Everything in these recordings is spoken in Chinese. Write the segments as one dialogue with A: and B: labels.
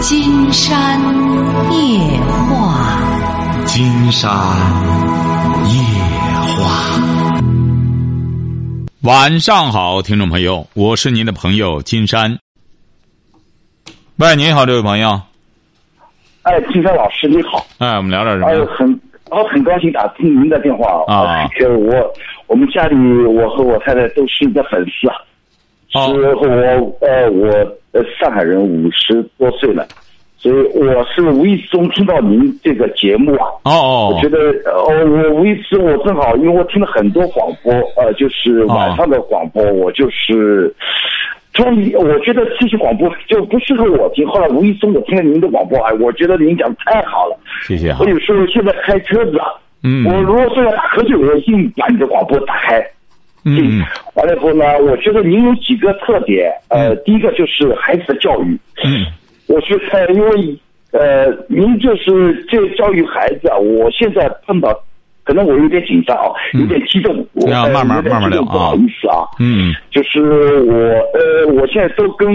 A: 金山夜话。
B: 金山夜话。晚上好，听众朋友，我是您的朋友金山。喂，您好，这位朋友。
C: 哎，金山老师你好，
B: 哎，我们聊点什么
C: 哎
B: 呀？，
C: 很，我很高兴打通您的电话
B: 啊
C: 就是我我们家里我和我太太都是你的粉丝啊，
B: 哦
C: 是我呃我呃上海人五十多岁了，所以我是无意中听到您这个节目啊，
B: 哦
C: 我觉
B: 哦
C: 得呃我无意之我正好，因为我听了很多广播，呃，就是晚上的广播，我就是。终于，我觉得这些广播就不适合我听。后来无意中我听了您的广播，哎，我觉得您讲得太好了。
B: 谢谢啊哈
C: 我。有时候现在开车子啊，
B: 嗯
C: 我如果说要打瞌睡，我一定把你的广播打开。
B: 嗯，
C: 完了以后呢，我觉得您有几个特点，呃，第一个就是孩子的教育，
B: 嗯，
C: 我觉得因为呃，您就是这教育孩子啊，我现在碰到，可能我有点紧张啊，有点激动，我
B: 啊
C: 呃
B: 嗯慢慢
C: 有点
B: 慢慢
C: 激动
B: 聊啊
C: 不好意思啊，
B: 嗯，
C: 就是我呃，我现在都跟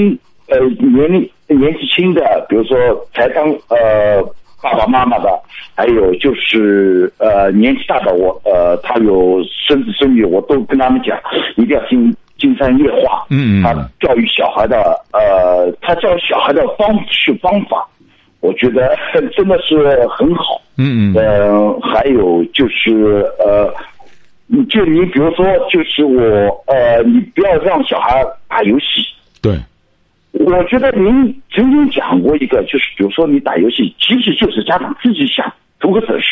C: 呃年龄年纪轻的，比如说才当呃爸爸妈妈的，还有就是呃年纪大的我呃他有孙子孙女，我都跟他们讲，一定要听金山夜话，
B: 嗯嗯
C: 他教育小孩的呃，他教育小孩的方式方法，我觉得 真的是很好，
B: 嗯嗯
C: 呃，还有就是呃，你就你比如说，就是我呃，你不要让小孩打游戏。
B: 对，
C: 我觉得您曾经讲过一个，就是比如说你打游戏，其实就是家长自己想图个乐趣，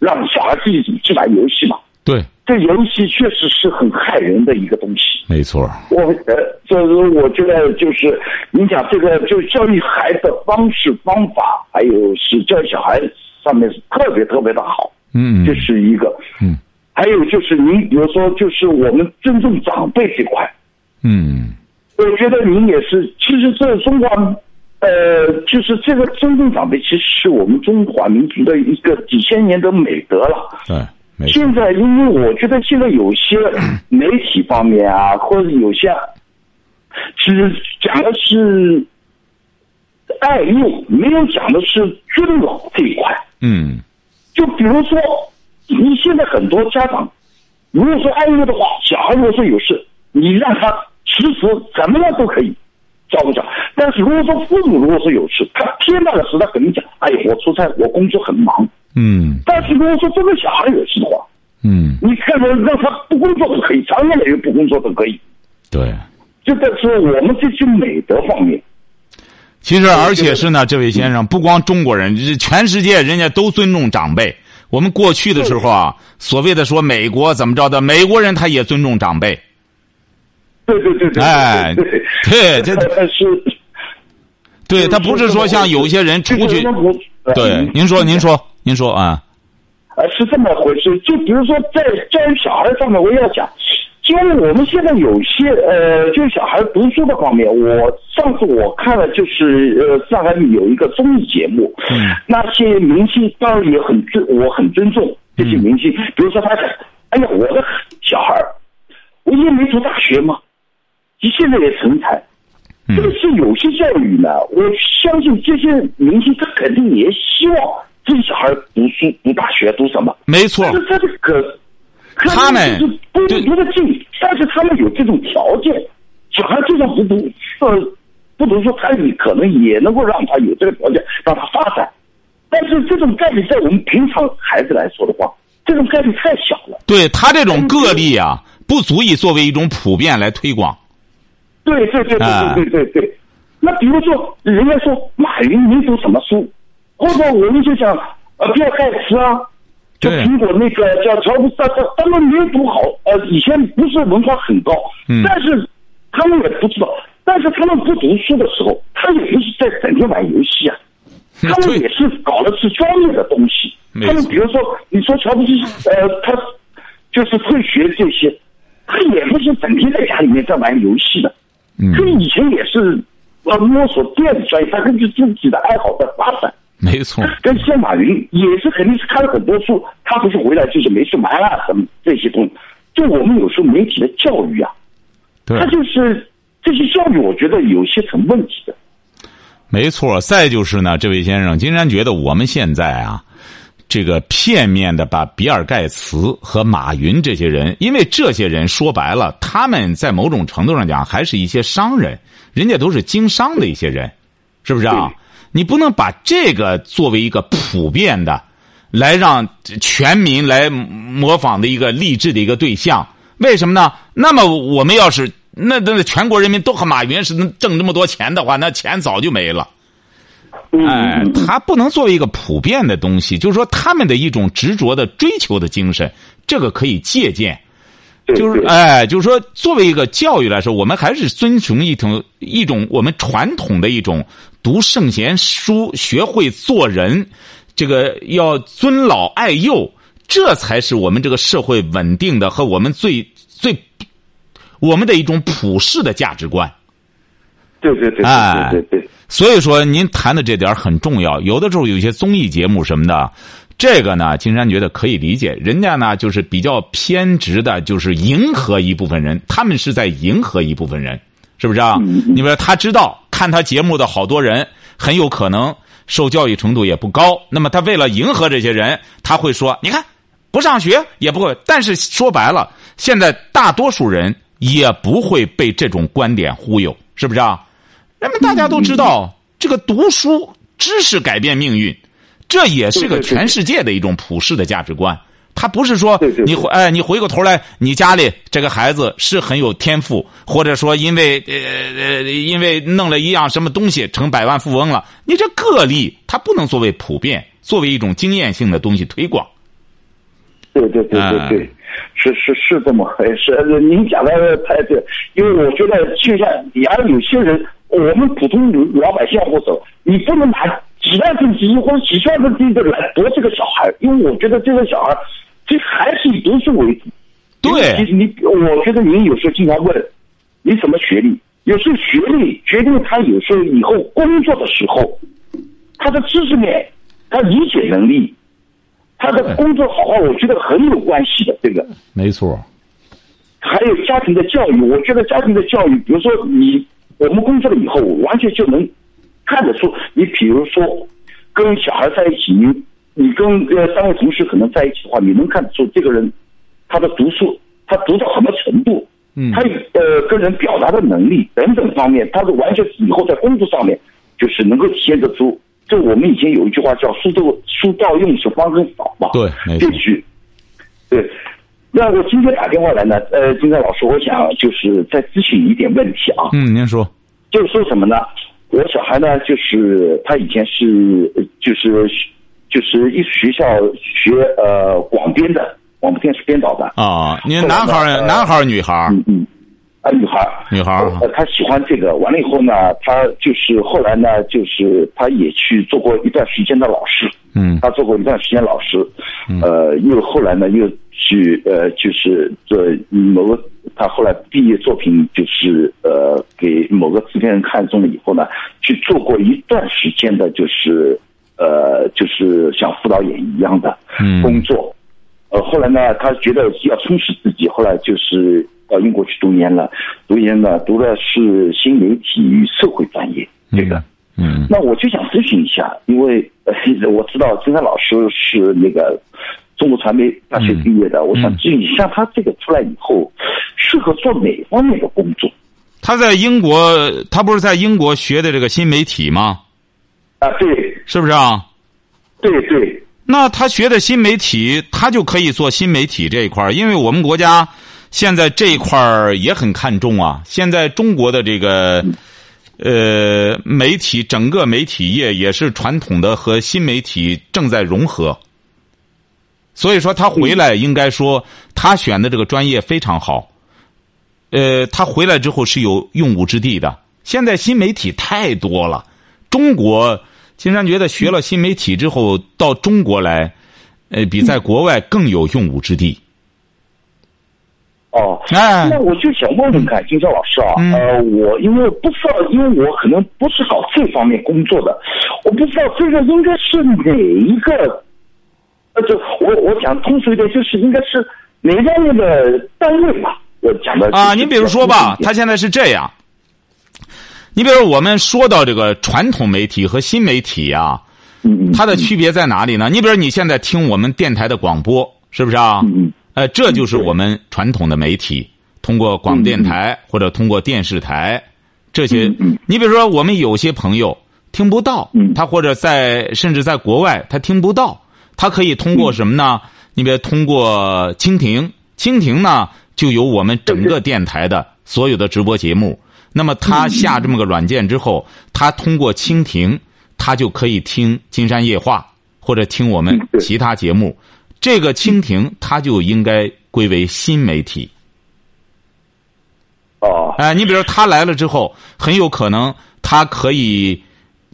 C: 让小孩自己去玩游戏嘛。
B: 对，
C: 这游戏确实是很害人的一个东西。
B: 没错儿。
C: 我呃，就是我觉得就是你讲这个，就是教育孩子的方式方法，还有是教育小孩上面是特别特别的好，
B: 嗯
C: 这
B: 嗯
C: 是一个。
B: 嗯
C: 还有就是您比如说，就是我们尊重长辈这块，
B: 嗯，
C: 我觉得您也是，其实这中华，呃，就是这个尊重长辈，其实是我们中华民族的一个几千年的美德了。
B: 对，哎没错。
C: 现在，因为我觉得现在有些媒体方面啊，或者有些，其实讲的是爱幼，没有讲的是尊老这一块。
B: 嗯
C: 就比如说，你现在很多家长，如果说爱幼的话，小孩如果说有事，你让他其实怎么样都可以照顾小孩。但是如果说父母如果说有事，他偏大的时候他肯定讲，哎呀，我出差，我工作很忙。
B: 嗯
C: 但是如果说真的小孩有事的话，
B: 嗯，
C: 你看着让他不工作都可以，长年累月不工作都可以，
B: 对。
C: 这个是我们这些美德方面。
B: 其实，而且是呢，这位先
C: 嗯
B: 生，不光中国人，这全世界人家都尊重长辈。我们过去的时候啊，所谓的说美国怎么着的，美国人他也尊重长辈。
C: 对对对对，
B: 哎
C: 对对，
B: 对，这
C: 呃是，
B: 对他不是说像有些人出
C: 就是呃嗯
B: 去
C: 那，么回
B: 对，您说，您，说，您说啊，
C: 呃，是这么回事。就比如说在教育小孩上面，我要讲，因为我们现在有些呃，就是小孩读书的方面，我上次我看了，就是呃，上海有一个综艺节目，
B: 嗯
C: 那些明星当然也很尊，我很尊重这
B: 嗯
C: 些明星。比如说他讲，哎呀，我的小孩儿，我也没读大学嘛，你现在也成才。
B: 嗯
C: 这个是有些教育呢，我相信这些明星他肯定也希望自己小孩读书、读大学、读什么。
B: 没错
C: 但，是他这个，可能
B: 他们
C: 就是不
B: 对
C: 读得进，但是他们有这种条件，小孩就算不读，呃，不读书，他也可能也能够让他有这个条件，让他发展。但是这种概率在我们平常孩子来说的话，这种概率太小了。
B: 对他这种
C: 嗯
B: 个例啊，不足以作为一种普遍来推广。
C: 对对对
B: 啊
C: 对对对对对。那比如说，人家说马云你读什么书，或者我们就讲呃比尔盖茨啊，就
B: 对
C: 苹果那个叫乔布斯啊，他他们没读好，呃，以前不是文化很高，
B: 嗯
C: 但是他们也不知道，但是他们不读书的时候，他也不是在整天玩游戏啊。他们 也
B: 对，
C: 是搞的是专业的东西。
B: 没
C: 他们
B: 错
C: 比如说，你说乔布斯，呃，他就是会学这些，他也不是整天在家里面在玩游戏的，
B: 嗯
C: 他以前也是呃摸索电子专业，他根据自己的爱好在发展。
B: 没错，
C: 跟司马云也是肯定是看了很多书，他不是回来就是没事玩啊什么这些东西。就我们有时候媒体的教育啊，
B: 对
C: 他，就是这些教育，我觉得有些成问题的。
B: 没错。再就是呢，这位先生，金山觉得我们现在啊，这个片面的把比尔盖茨和马云这些人，因为这些人说白了，他们在某种程度上讲还是一些商人，人家都是经商的一些人，是不是啊？你不能把这个作为一个普遍的，来让全民来模仿的一个励志的一个对象。为什么呢？那么我们要是那那全国人民都和马云是挣这么多钱的话，那钱早就没了。
C: 嗯
B: 哎，他不能作为一个普遍的东西，就是说他们的一种执着的追求的精神，这个可以借鉴。就是哎，就是说，作为一个教育来说，我们还是遵从一种一种我们传统的一种读圣贤书、学会做人，这个要尊老爱幼，这才是我们这个社会稳定的和我们最最我们的一种普世的价值观。
C: 对对对，
B: 哎，
C: 对对。
B: 所以说，您谈的这点很重要。有的时候有一些综艺节目什么的。这个呢，金山觉得可以理解，人家呢就是比较偏执的，就是迎合一部分人，他们是在迎合一部分人，是不是啊？你说他知道看他节目的好多人很有可能受教育程度也不高，那么他为了迎合这些人，他会说：“你看，不上学也不会。”但是说白了，现在大多数人也不会被这种观点忽悠，是不是啊？那么大家都知道，这个读书知识改变命运。这也是个全世界的一种普世的价值观，他不是说你回哎，你回过头来，你家里这个孩子是很有天赋，或者说因为呃呃因为弄了一样什么东西成百万富翁了，你这个例它不能作为普遍，作为一种经验性的东西推广。
C: 对对对对对，嗯、是是是这么回事。呃您讲的太对，因为我觉得就像你要有些人，我们普通老百姓或者你不能拿。几万分之一或者几千分之一的来夺这个小孩，因为我觉得这个小孩，这还是以读书为主。
B: 对，
C: 你我觉得您有时候经常问，你什么学历？有时候学历决定他有时候以后工作的时候，他的知识面、他理解能力、他的工作好坏，我觉得很有关系的。这个
B: 没错。
C: 还有家庭的教育，我觉得家庭的教育，比如说你我们工作了以后，完全就能。看得出，你比如说，跟小孩在一起，你你跟呃单位同事可能在一起的话，你能看得出这个人他的读书，他读到什么程度，嗯，他呃跟人表达的能力等等方面，他是完全以后在工作上面就是能够体现得出。这我们以前有一句话叫“书到书到用时方恨少”嘛，
B: 对，
C: 这句，对。那我今天打电话来呢，呃，金山老师，我想就是再咨询一点问题啊。
B: 嗯，您说，
C: 就是说什么呢？我小孩呢，就是他以前是呃就是就是艺术学校学呃广编的，广播电视编导的
B: 啊。您男孩儿、男孩儿、女孩儿？
C: 嗯嗯，啊，女孩儿，
B: 女孩儿。
C: 呃，他喜欢这个，完了以后呢，他就是后来呢，就是他也去做过一段时间的老师。
B: 嗯，
C: 他做过一段时间老师，呃，又后来呢，又去呃，就是做某个他后来毕业作品，就是呃，给某个制片人看中了以后呢，去做过一段时间的，就是呃，就是像副导演一样的工作。呃，后来呢，他觉得要充实自己，后来就是到英国去读研了，读研呢，读的是新媒体与社会专业这个。
B: 嗯，
C: 那我就想咨询一下，因为呃，我知道金山老师是那个中国传媒大学毕业的，嗯、我想咨询像他这个出来以后，适合做哪方面的工作？
B: 他在英国，他不是在英国学的这个新媒体吗？
C: 啊，对，
B: 是不是啊？
C: 对对。
B: 那他学的新媒体，他就可以做新媒体这一块儿，因为我们国家现在这一块儿也很看重啊。现在中国的这个。嗯呃，媒体整个媒体业也是传统的和新媒体正在融合，所以说他回来应该说他选的这个专业非常好，呃，他回来之后是有用武之地的。现在新媒体太多了，中国金山觉得学了新媒体之后到中国来，呃，比在国外更有用武之地。
C: 哦，那我就想问问看，金霄老师啊，嗯、呃，我因为不知道，因为我可能不是搞这方面工作的，我不知道这个应该是哪一个，呃，就我我讲通俗一点，就是应该是哪方面的单位吧，我讲的、就是、
B: 嗯啊，您比如说吧，他现在是这样，你比如我们说到这个传统媒体和新媒体啊，
C: 嗯嗯，
B: 它的区别在哪里呢？你比如你现在听我们电台的广播，是不是啊？
C: 嗯嗯，
B: 呃，这就是我们传统的媒体，通过广电台或者通过电视台这些
C: 嗯嗯。
B: 你比如说，我们有些朋友听不到
C: 嗯，
B: 他或者在甚至在国外他听不到，他可以通
C: 嗯
B: 过什么呢？你比如通过蜻蜓，蜻蜓呢就有我们整个电台的所有的直播节目。那么
C: 嗯
B: 他下这么个软件之后，他通过蜻蜓，他就可以听《金山夜话》或者听我们
C: 嗯对嗯
B: 其他节目。这个蜻蜓它就应该归为新媒体。
C: 哦，
B: 哎、你比如他来了之后，很有可能他可以，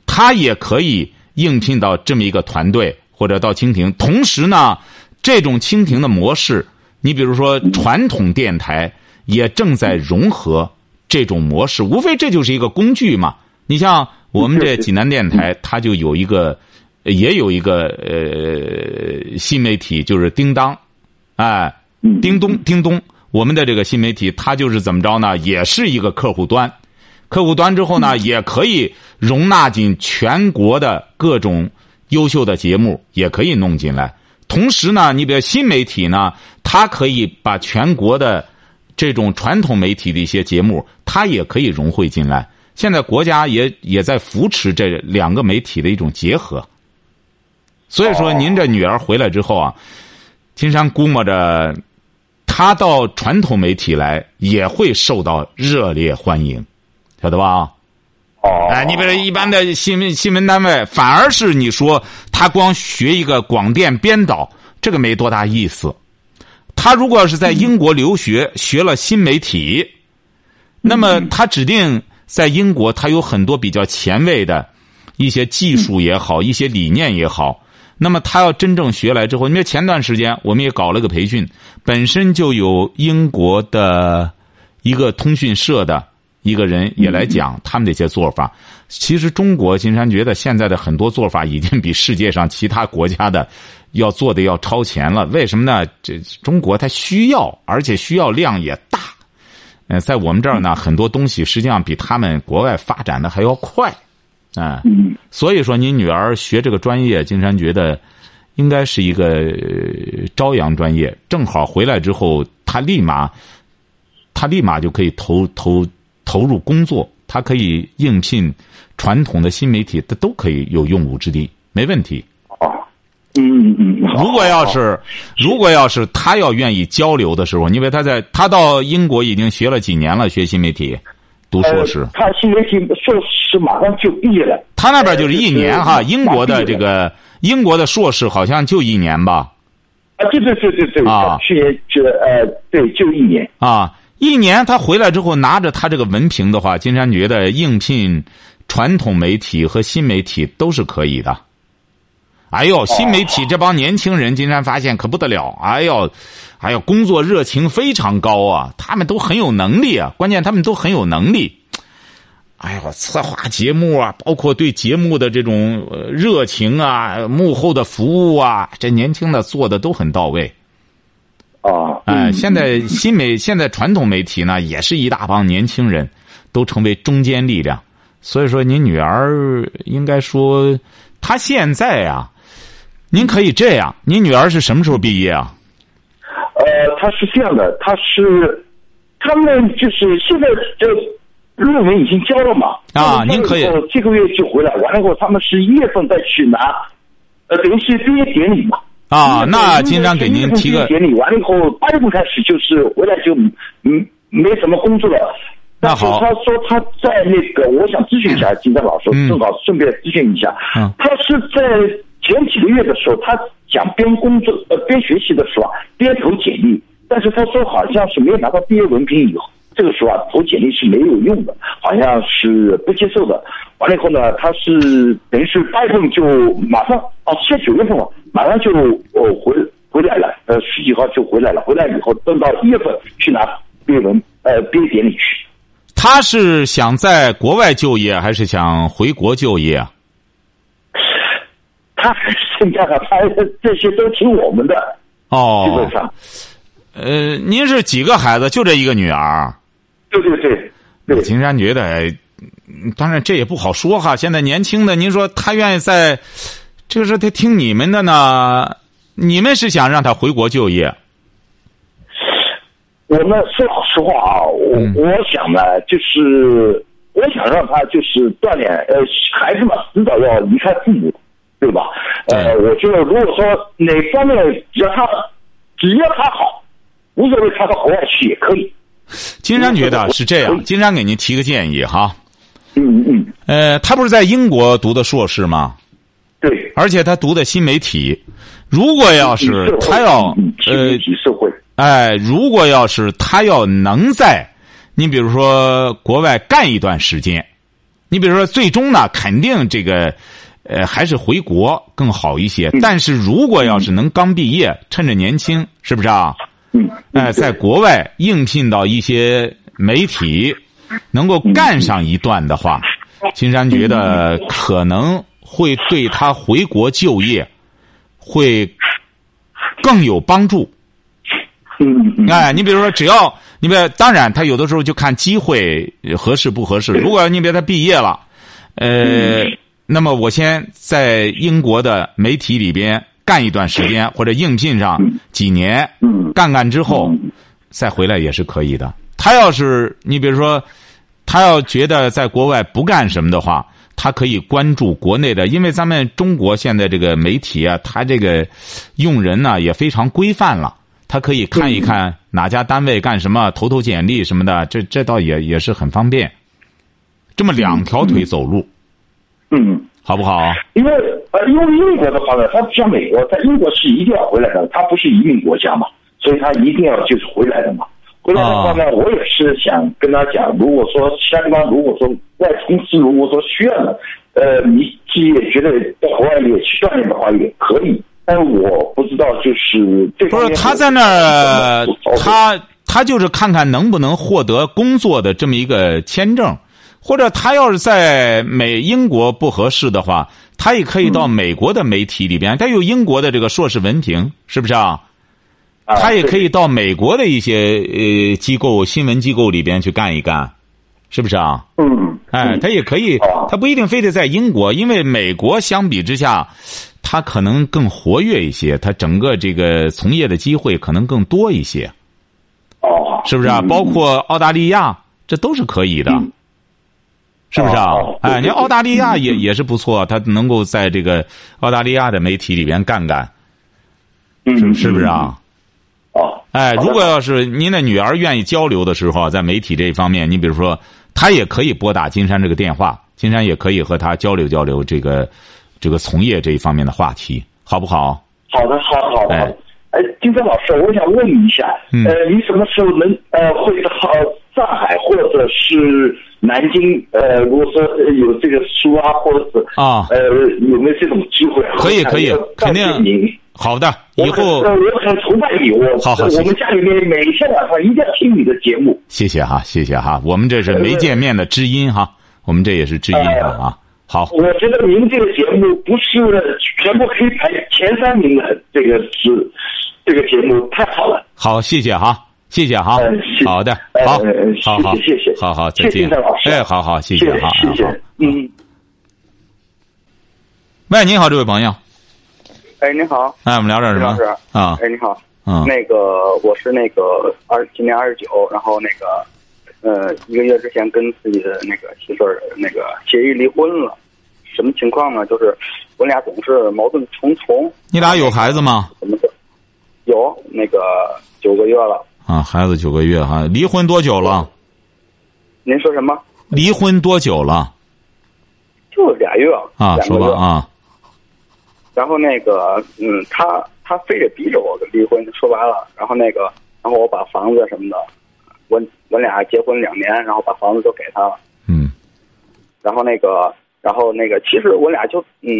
B: 他也可以应聘到这么一个团队或者到蜻蜓。同时呢，这种蜻蜓的模式，你比如说传统电台也正在融合这种模式，无非这就是一个工具嘛。你像我们这
C: 嗯是
B: 济南电台，它就有一个，呃也有一个呃新媒体，就是叮当，哎，
C: 嗯
B: 叮咚叮咚，我们的这个新媒体，它就是怎么着呢？也是一个客户端，客户端之后
C: 嗯
B: 呢，也可以容纳进全国的各种优秀的节目，也可以弄进来。同时呢，你比如新媒体呢，它可以把全国的这种传统媒体的一些节目，它也可以融汇进来。现在国家也也在扶持这两个媒体的一种结合。所以说，
C: 哦
B: 您这女儿回来之后啊，金山估摸着，她到传统媒体来也会受到热烈欢迎，晓得吧？
C: 哦，
B: 哎，你比如一般的新闻新闻单位，反而是你说他光学一个广电编导，这个没多大意思。他如果是在英国留学，学了新媒体，那么他指定在英国，他有很多比较前卫的一些技术也好，一些理念也好。那么他要真正学来之后，因为前段时间我们也搞了个培训，本身就有英国的一个通讯社的一个人也来讲他们这些做法。其实中国金山觉得现在的很多做法已经比世界上其他国家的要做的要超前了。为什么呢？这中国它需要，而且需要量也大。呃，在我们这儿呢，很多东西实际上比他们国外发展的还要快，啊、
C: 嗯
B: 所以说，您女儿学这个专业，金山觉得应该是一个呃朝阳专业。正好回来之后，她立马，她立马就可以投投投入工作，她可以应聘传统的新媒体，她都可以有用武之地，没问题。
C: 哦，嗯嗯嗯，好
B: 如果要是，如果要是她要愿意交流的时候，因为她在她到英国已经学了几年了，学新媒体，读硕士。
C: 呃他新媒体硕士马上就毕业了，
B: 他那边就是一年哈，
C: 呃就是
B: 英国的这个英国的硕士好像就一年吧，
C: 啊，对对对对对，
B: 啊
C: 去年就呃，对，就一年，
B: 啊，一年他回来之后拿着他这个文凭的话，金山觉得应聘传统媒体和新媒体都是可以的。哎呦，新媒体这帮年轻人，金山发现可不得了！哎呦，哎呦，工作热情非常高啊，他们都很有能力啊，关键他们都很有能力。哎呦，策划节目啊，包括对节目的这种呃热情啊，幕后的服务啊，这年轻的做的都很到位。
C: 啊，
B: 哎，
C: 嗯
B: 现在新媒现在传统媒体呢，也是一大帮年轻人，都成为中坚力量。所以说，您女儿应该说，她现在啊，您可以这样，您女儿是什么时候毕业啊？
C: 呃，他是这样的，他是他们就是现在这论文已经交了嘛，
B: 啊
C: 那
B: 您可以
C: 这个月就回来，完了以后他们是一月份再去拿，呃，等于是毕业典礼嘛。
B: 啊，
C: 一月份
B: 那金山给您提
C: 一月
B: 个
C: 份毕业典礼，完了以后八月份开始就是回来就嗯没什么工作了。
B: 那
C: 但是
B: 好
C: 他说他在那个，我想咨询一下金山老师，
B: 嗯
C: 正好顺便咨询一下，
B: 嗯
C: 他是在前几个月的时候，他想边工作呃边学习的时候啊，边投简历，但是他说好像是没有拿到毕业文凭以后，这个时候啊投简历是没有用的，好像是不接受的。完了以后呢，他是等于是八月份就马上哦，现在九月份了，马上就呃回回来了，呃十几号就回来了，回来以后等到一月份去拿毕业文呃毕业典礼去。
B: 她是想在国外就业，还是想回国就业啊？
C: 他还是你看看，他这些都听我们的，基
B: 哦
C: 本，上，
B: 呃，您是几个孩子？就这一个女儿。
C: 对对对对。
B: 金山觉得哎当然这也不好说哈。现在年轻的，您说他愿意在，这个时候他听你们的呢，你们是想让他回国就业？
C: 我们说老实话啊，我、
B: 嗯
C: 我想呢，就是我想让他就是锻炼，呃，孩子嘛，迟早要离开父母，对吧？呃，我觉得如果说哪方面只要他只要他好，无所谓他到国外去也可以。
B: 金山觉得是这样，金山给您提个建议哈。
C: 嗯嗯，
B: 呃，他不是在英国读的硕士吗？
C: 对，
B: 而且他读的新媒体。如果要是
C: 社会
B: 他要
C: 嗯嗯
B: 呃
C: 群体社会，
B: 哎，如果要是他要能在，你比如说国外干一段时间，你比如说最终呢，肯定这个，呃，还是回国更好一
C: 嗯
B: 些。但是如果要是能刚毕业，趁着年轻，是不是啊？
C: 嗯，嗯
B: 哎，在
C: 对
B: 国外应聘到一些媒体，能够干上一段的话，
C: 嗯
B: 金山觉得可能会对他回国就业会更有帮助。
C: 嗯嗯嗯，
B: 哎，你比如说，只要你别，当然他有的时候就看机会呃合适不合适。如果你别他毕业了，呃，那么我先在英国的媒体里边干一段时间，或者应聘上几年，
C: 嗯
B: 干干之后再回来也是可以的。他要是你比如说，他要觉得在国外不干什么的话，他可以关注国内的，因为咱们中国现在这个媒体啊，他这个用人呢、也非常规范了。他可以看一看哪家单位干什么，投投简历什么的，这这倒也也是很方便。这么两条腿走路，
C: 嗯。
B: 好不好？
C: 因为呃，因为英国的话呢，它不像美国，在英国是一定要回来的，它不是移民国家嘛，所以它一定要就是回来的嘛。回来的话呢，
B: 哦
C: 我也是想跟他讲，如果说其他地方如果说外资公司如果说需要的，呃，你既也觉得在国外也去锻炼的话也可以，但我不知道就是这
B: 不
C: 方
B: 是
C: 面
B: 他在那儿
C: 怎么哦操，作
B: 他他就是看看能不能获得工作的这么一个签证，或者他要是在美英国不合适的话，他也可以到美国的媒体里边，他有英国的这个硕士文凭，是不是啊？
C: 啊
B: 他也可
C: 对
B: 以到美国的一些呃机构、新闻机构里边去干一干，是不是啊？
C: 嗯，
B: 哎，
C: 嗯
B: 他也可以
C: 哦，
B: 他不一定非得在英国，因为美国相比之下，他可能更活跃一些，他整个这个从业的机会可能更多一些，
C: 哦，
B: 是不是啊？
C: 嗯
B: 包括澳大利亚，这都是可以的，
C: 嗯
B: 是不是啊
C: 哦？对
B: 哎，你
C: 对对
B: 澳大利亚也也是不错，他能够在这个澳大利亚的媒体里边干干，
C: 嗯，
B: 是不是啊？
C: 哦，
B: 哎，
C: 好的
B: 如果要是您的女儿愿意交流的时候，啊在媒体这一方面，你比如说，她也可以拨打金山这个电话，金山也可以和她交流交流这个这个从业这一方面的话题，好不好？
C: 好的，好的，好的。好
B: 哎
C: 的。哎，金山老师，我想问你一下，
B: 嗯
C: 呃，你什么时候能呃会到上海或者是南京？呃，如果说呃有这个书啊，或者是
B: 啊
C: 呃，有没有这种机会啊？
B: 可以
C: 我想
B: 可以
C: 要
B: 肯定
C: 感谢您
B: 好的，
C: 我
B: 以
C: 很
B: 后
C: 呃我很崇拜你，我
B: 好好
C: 我
B: 谢谢
C: 们家里面每天晚上一定要听你的节目。
B: 谢谢哈，谢谢哈，我们这是没见面的知音哈，我们这也是知音哈
C: 哎
B: 啊，好，
C: 我觉得您这个节目不是全国可以排前三名的，这个是这个节目太好了。
B: 好，谢谢哈，谢谢哈
C: 嗯，谢
B: 好的，
C: 呃
B: 好
C: 呃，
B: 好好，
C: 谢谢谢谢
B: 好好，再
C: 谢谢
B: 见
C: 金山老，师啊
B: 哎，好好，谢谢哈，啊
C: 谢
B: 好
C: 谢，嗯。
B: 喂，你好，这位朋友，
D: 哎，您好，
B: 哎，我们聊点什
D: 金
B: 么
D: 老师
B: 啊？
D: 哎，你好，
B: 嗯
D: 那个我是那个二，今年二十九，然后那个，呃，一个月之前跟自己的那个媳妇儿那个协议离婚了，什么情况呢？就是我俩总是矛盾重重，
B: 你俩有孩子吗？
D: 怎么的？有那个九个月了，
B: 啊，孩子九个月哈，离婚多久了？
D: 您说什么？
B: 离婚多久了？
D: 就俩月
B: 啊，
D: 两
B: 说
D: 个
B: 吧
D: 月。
B: 啊，
D: 然后那个，嗯，他他非得逼着我离婚，说白了，然后那个，然后我把房子什么的，我我俩结婚两年，然后把房子都给他了。
B: 嗯
D: 然后那个，然后那个，其实我俩就嗯，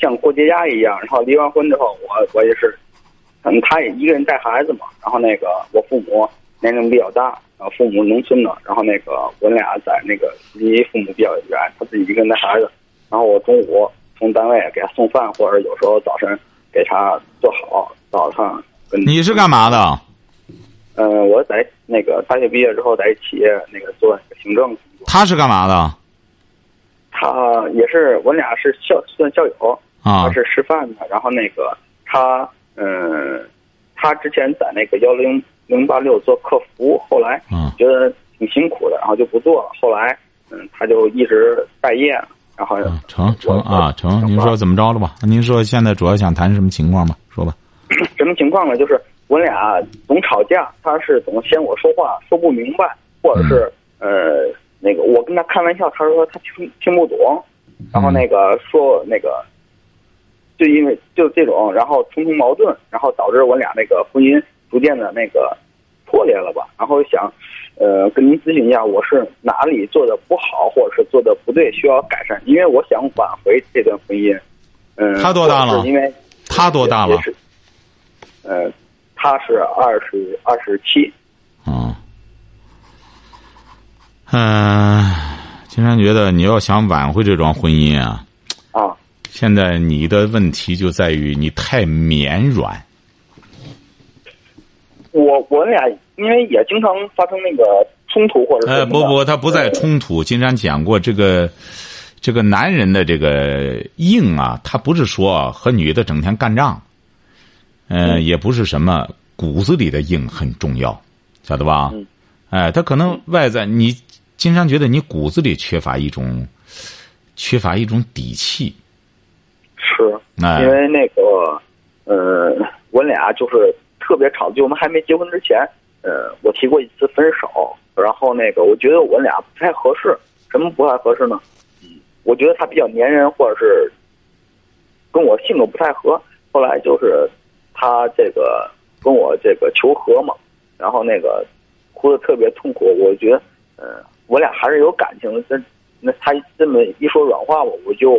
D: 像过节家一样。然后离完婚之后，我我也是，嗯，他也一个人带孩子嘛。然后那个，我父母年龄比较大，然后父母农村的，然后那个我俩在那个离父母比较远，他自己一个人带孩子。然后我中午从单位给他送饭，或者有时候早晨给他做好早上跟。
B: 你是干嘛的？
D: 嗯、我在那个大学毕业之后，在企业那个做行政工作。
B: 他是干嘛的？
D: 他也是我俩是校算校友，
B: 啊
D: 他是师范的，然后那个他嗯、他之前在那个幺零零八六做客服，后来
B: 嗯
D: 觉得挺辛苦的，然后就不做了。后来嗯，他就一直待业，然后
B: 嗯，成成
D: 我
B: 啊成，您
D: 我
B: 说怎么着了吧？您说现在主要想谈什么情况吧？说吧。
D: 什么情况呢？就是我俩总吵架，他是总嫌我说话说不明白，或者是、
B: 嗯
D: 呃那个我跟他开玩笑，他说他听听不懂，然后那个说那个，就因为就这种，然后重重矛盾，然后导致我俩那个婚姻逐渐的那个破裂了吧。然后想呃跟您咨询一下，我是哪里做的不好，或者是做的不对，需要改善，因为我想挽回这段婚姻。嗯，
B: 他多大了
D: 或者是因为
B: 他多大了
D: 也？是呃，他是二十二十七，
B: 啊，嗯，金山觉得你要想挽回这桩婚姻啊，
D: 啊，
B: 现在你的问题就在于你太绵软。
D: 我我俩因为也经常发生那个冲突或者 是
B: 呃，
D: 什么
B: 不
D: 的
B: 不，他不在冲突。金山讲过，这个这个男人的这个硬啊，他不是说和女的整天干仗，呃，
D: 嗯
B: 也不是什么骨子里的硬很重要，晓得吧？
D: 嗯
B: 哎，他可能外在你，金山觉得你骨子里缺乏一种缺乏一种底气，
D: 是，
B: 哎
D: 因为那个呃，我俩就是特别吵，就我们还没结婚之前，呃，我提过一次分手，然后那个我觉得我俩不太合适，什么不太合适呢？我觉得他比较粘人，或者是跟我性格不太合。后来就是他这个跟我这个求和嘛，然后那个哭的特别痛苦。我觉得，呃，我俩还是有感情的。这那他这么一说软化我，我就，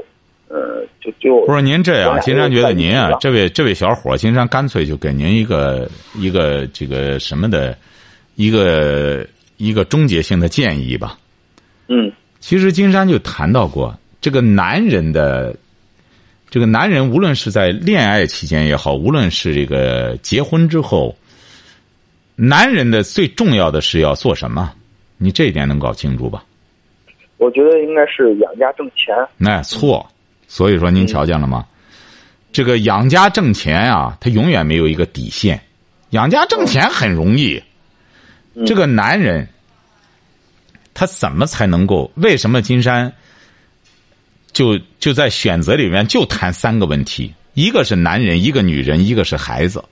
D: 呃，就就
B: 不是您这样，金山觉得您
D: 我
B: 啊
D: 俩，
B: 这位这位小伙儿，金山干脆就给您一个一个这个什么的，一个一个终结性的建议吧。
D: 嗯
B: 其实金山就谈到过，这个男人的，这个男人无论是在恋爱期间也好，无论是这个结婚之后，男人的最重要的是要做什么？你这一点能搞清楚吧？
D: 我觉得应该是养家挣钱。
B: 那哎错，所以说您瞧见了吗？这个养家挣钱啊，他永远没有一个底线。养家挣钱很容易，这个男人他怎么才能够？为什么金山就就在选择里面就谈三个问题？一个是男人，一个女人，一个是孩子。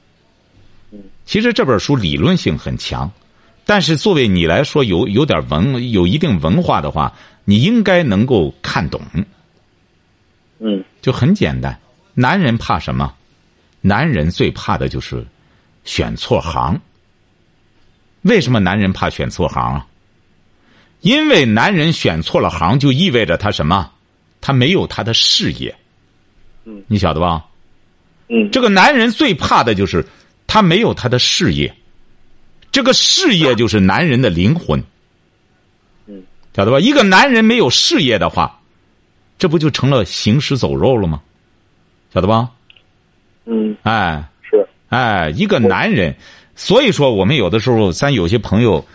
B: 其实这本书理论性很强，但是作为你来说有有点文有一定文化的话，你应该能够看懂。
D: 嗯
B: 就很简单，男人怕什么？男人最怕的就是选错行。为什么男人怕选错行啊？因为男人选错了行，就意味着他什么？他没有他的事业。
D: 嗯，
B: 你晓得吧？
D: 嗯，
B: 这个男人最怕的就是他没有他的事业，这个事业就是男人的灵魂。
D: 嗯，
B: 晓得吧？一个男人没有事业的话，这不就成了行尸走肉了吗？晓得吧？
D: 嗯
B: 哎
D: 是
B: 哎，一个男人，所以说我们有的时候，咱有些朋友，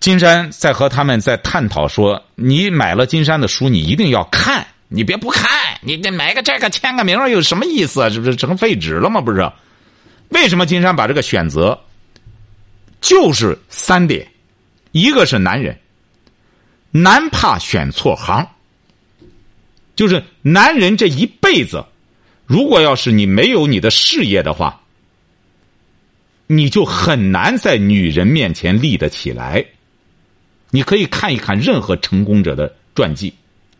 B: 金山在和他们在探讨说，你买了金山的书，你一定要看，你别不看，你这买个这个签个名儿有什么意思啊？这不是成废纸了吗？不是？为什么金山把这个选择，就是三点，一个是男人，男怕选错行，就是男人这一辈子。如果要是你没有你的事业的话，你就很难在女人面前立得起来。你可以看一看任何成功者的传记，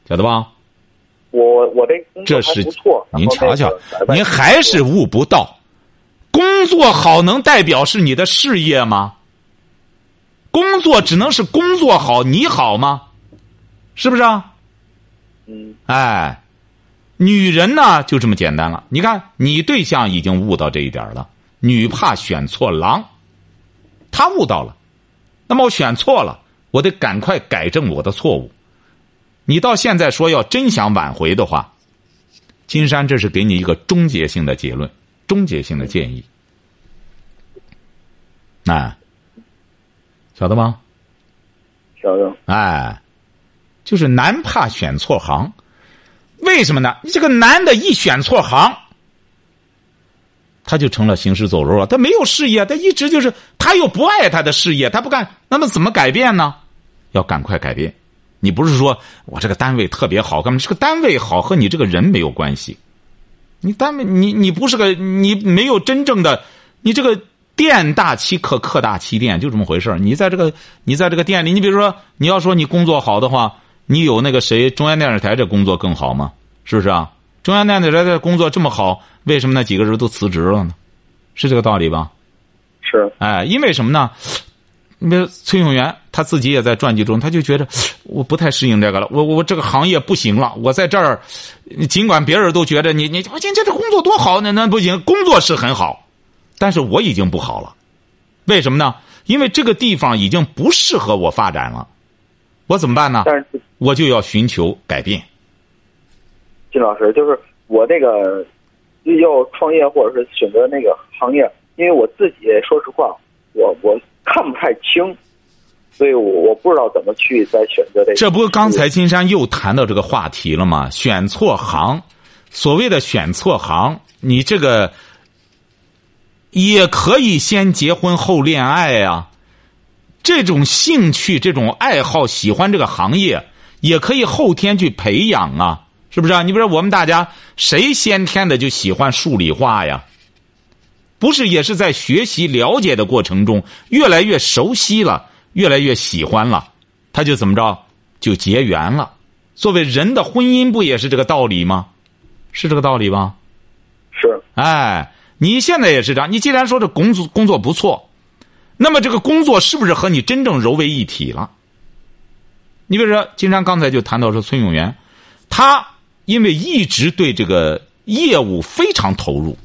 B: 晓得吧？
D: 我我这工作
B: 这
D: 还
B: 是
D: 不错，然后
B: 您瞧瞧
D: 那个，
B: 您还是悟不到，工作好能代表是你的事业吗？工作只能是工作好，你好吗？是不是啊？
D: 嗯
B: 哎，女人呢就这么简单了。你看，你对象已经悟到这一点儿了。女怕选错郎，他悟到了。那么我选错了，我得赶快改正我的错误。你到现在说要真想挽回的话，金山这是给你一个终结性的结论，终结性的建议。啊哎，晓得吗？
D: 晓得
B: 哎，就是男怕选错行。为什么呢？你这个男的一选错行，他就成了行尸走肉了。他没有事业，他一直就是他又不爱他的事业，他不干，那么怎么改变呢？要赶快改变。你不是说我这个单位特别好，干嘛？这个单位好和你这个人没有关系。你单位，你你不是个，你没有真正的，你这个店大欺客，客大欺店，就这么回事你在这个，你在这个店里，你比如说，你要说你工作好的话，你有那个谁，中央电视台这工作更好吗？是不是啊？中央电视台这工作这么好，为什么那几个人都辞职了呢？是这个道理吧？
D: 是，
B: 哎，因为什么呢？那崔永元他自己也在传记中，他就觉得我不太适应这个了，我我这个行业不行了，我在这儿，尽管别人都觉得你你我今这这工作多好，那那不行，工作是很好，但是我已经不好了，为什么呢？因为这个地方已经不适合我发展了，我怎么办呢？
D: 但是
B: 我就要寻求改变。
D: 金老师，就是我这个要创业或者是选择那个行业，因为我自己说实话，我我。看不太清，所以我我不知道怎么去再选择这个。
B: 这不刚才金山又谈到这个话题了吗？选错行，所谓的选错行，你这个也可以先结婚后恋爱啊。这种兴趣、这种爱好、喜欢这个行业，也可以后天去培养啊，是不是啊？你比如说我们大家谁先天的就喜欢数理化呀？不是，也是在学习了解的过程中，越来越熟悉了，越来越喜欢了，他就怎么着就结缘了。作为人的婚姻，不也是这个道理吗？是这个道理吧？
D: 是。
B: 哎，你现在也是这样。你既然说这工作工作不错，那么这个工作是不是和你真正揉为一体了？你比如说，金山刚才就谈到说，崔永元，他因为一直对这个业务非常投入。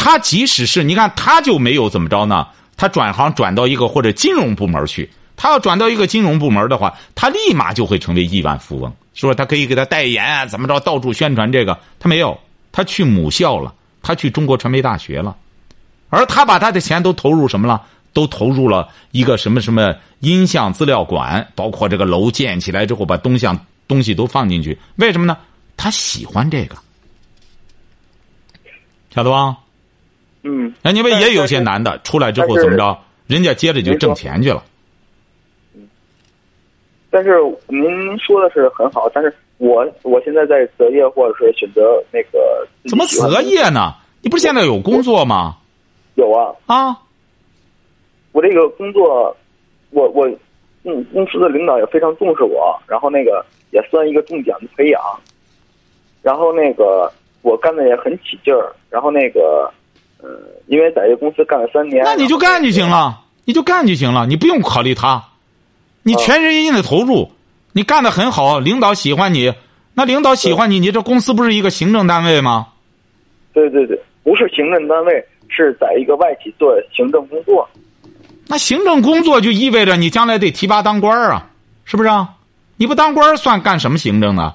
B: 他即使是你看，他就没有怎么着呢？他转行转到一个或者金融部门去，他要转到一个金融部门的话，他立马就会成为亿万富翁。说他可以给他代言啊，怎么着到处宣传这个，他没有，他去母校了，他去中国传媒大学了，而他把他的钱都投入什么了？都投入了一个什么什么音像资料馆，包括这个楼建起来之后，把东向东西都放进去。为什么呢？他喜欢这个，晓得吧？
D: 嗯，
B: 哎，你们也有些男的出来之后怎么着？人家接着就挣钱去了。
D: 但是您说的是很好，但是我我现在在择业或者是选择那个
B: 怎么择业呢？你不是现在有工作吗？
D: 有啊
B: 啊！
D: 我这个工作，我我嗯，公司的领导也非常重视我，然后那个也算一个重点的培养，然后那个我干的也很起劲儿，然后那个。呃，因为在这公司干了三年，
B: 那你就干就行了，你就干就行了，你不用考虑他，你全身心的投入，你干的很好，领导喜欢你，那领导喜欢你，你这公司不是一个行政单位吗？
D: 对对对，不是行政单位，是在一个外企做行政工作。
B: 那行政工作就意味着你将来得提拔当官啊，是不是啊？你不当官算干什么行政啊呢？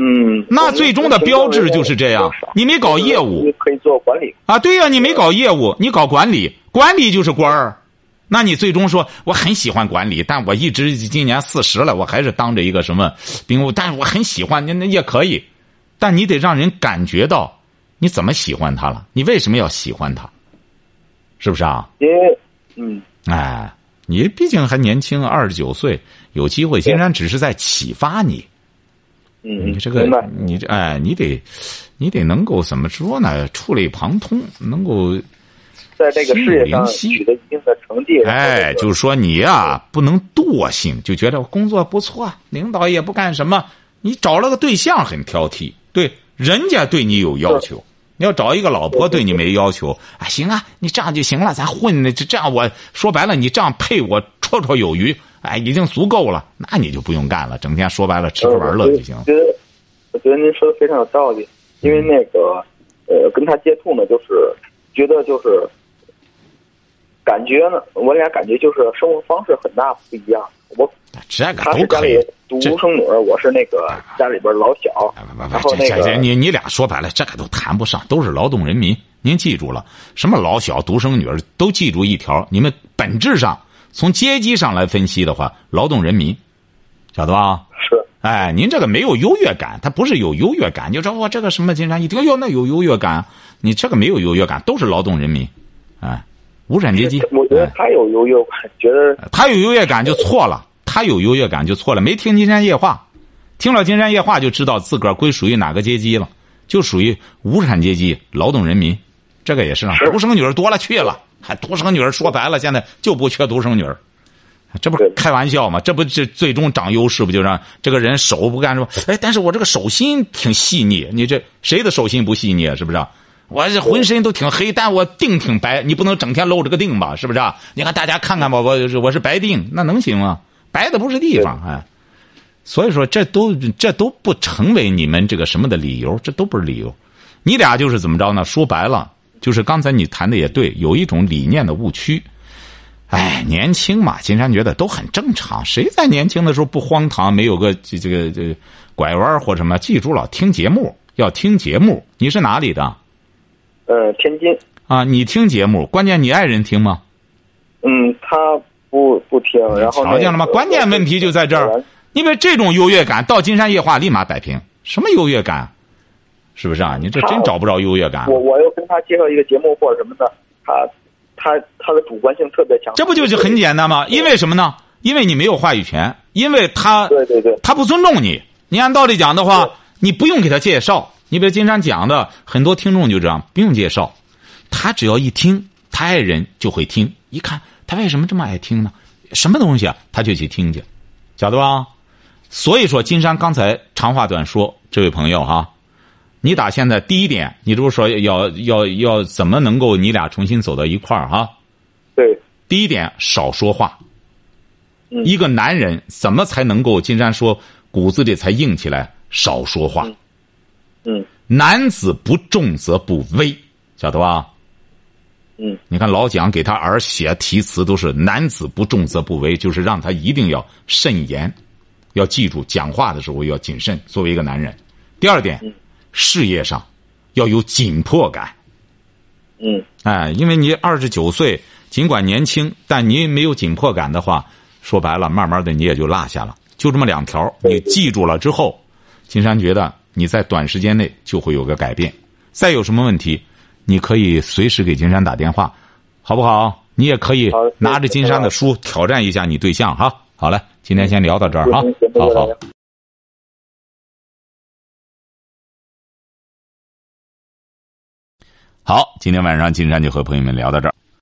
D: 嗯，
B: 那最终的标志就是这样。你没搞业务，
D: 可以做管理
B: 啊？对呀、啊，你没搞业务，你搞管理，管理就是官儿。那你最终说，我很喜欢管理，但我一直今年四十了，我还是当着一个什么兵务，但是我很喜欢，那那也可以。但你得让人感觉到你怎么喜欢他了，你为什么要喜欢他？是不是啊？
D: 因为，嗯，
B: 哎，你毕竟还年轻，二十九岁，有机会，金山只是在启发你。
D: 嗯，
B: 你这个，你这，哎，你得，你得能够怎么说呢？触类旁通，能够
D: 在这个事业上取得一定的成 绩。
B: 哎，就是说你呀、啊，不能惰性，就觉得工作不错，领导也不干什么。你找了个对象很挑剔，对人家对你有要求，你要找一个老婆对你没要求啊，行啊，你这样就行了，咱混的这样我，我说白了，你这样配我绰绰有余。哎，已经足够了，那你就不用干了，整天说白了吃喝玩乐就行。
D: 呃
B: 嗯
D: 我觉得，我觉得您说的非常有道理，因为那个，呃，跟他接触呢，就是觉得就是感觉呢，我俩感觉就是生活方式很大不一样。我
B: 这个
D: 他是家里独生女，我是那个
B: 啊
D: 家里边老小。
B: 哎
D: 然后那个
B: 你你俩说白了，这个都谈不上，都是劳动人民。您记住了，什么老小、独生女儿，都记住一条，你们本质上。从阶级上来分析的话，劳动人民，晓得吧？
D: 是，
B: 哎，您这个没有优越感，他不是有优越感，就说我这个什么金山一听哟，那有优越感，你这个没有优越感，都是劳动人民，哎，无产阶级。
D: 我觉得
B: 哎
D: 他有优越感，觉得
B: 他有优越感就错了，他有优越感就错了，没听《金山夜话》，听了《金山夜话》就知道自个儿归属于哪个阶级了，就属于无产阶级劳动人民，这个也是啊，
D: 是
B: 独生女儿多了去了，还独生女儿说白了现在就不缺独生女儿，这不是
D: 对
B: 开玩笑吗？这不这最终长优势不就让这个人手不干什么？哎，但是我这个手心挺细腻，你这谁的手心不细腻啊？是不是啊？我这浑身都挺黑，但我腚挺白，你不能整天露着个腚吧？是不是啊？你看大家看看吧，我是我是白腚，那能行吗？白的不是地方，哎。所以说，这都这都不成为你们这个什么的理由，这都不是理由。你俩就是怎么着呢？说白了，就是刚才你谈的也对，有一种理念的误区。哎，年轻嘛，金山觉得都很正常。谁在年轻的时候不荒唐，没有个这这个这个拐弯儿或什么？记住了，听节目要听节目。你是哪里的
D: 嗯，天津，
B: 啊？你听节目，关键你爱人听吗？
D: 嗯，他不不听，然后那
B: 瞧见了吗？
D: 个
B: 关键问题就在这儿，因为这种优越感到金山夜话立马摆平。什么优越感？是不是啊？你这真找不着优越感。
D: 我我又跟他介绍一个节目或者什么的，他他他的主观性特别强，
B: 这不就是很简单吗？因为什么呢？因为你没有话语权，因为他
D: 对对对
B: 他不尊重你。你按道理讲的话
D: 对，
B: 你不用给他介绍。你比如经常讲的，很多听众就这样，不用介绍，他只要一听，他爱人就会听。一看他为什么这么爱听呢？什么东西啊？他就去听去，晓得吧？所以说，金山刚才长话短说，这位朋友哈、你打现在第一点，你这不是说要要要怎么能够你俩重新走到一块儿哈、
D: 对，
B: 第一点，少说话。
D: 嗯
B: 一个男人怎么才能够？金山说，骨子里才硬起来，少说话。
D: 嗯
B: 男子不重则不威，晓得吧？
D: 嗯，
B: 你看老蒋给他儿写题词都是“男子不重则不威”，就是让他一定要慎言，要记住讲话的时候要谨慎。作为一个男人，第二点，事业上要有紧迫感。
D: 嗯
B: 哎，因为你二十九岁，尽管年轻，但你没有紧迫感的话，说白了，慢慢的你也就落下了。就这么两条，你记住了之后，金山觉得你在短时间内就会有个改变。再有什么问题，你可以随时给金山打电话，好不好？你也可以
D: 好谢谢
B: 拿着金山的书挑战一下你对象哈。好嘞，今天先聊到这儿哈
D: 嗯节，目
B: 好
D: 越来
B: 好
D: 越。
B: 好，今天晚上金山就和朋友们聊到这儿。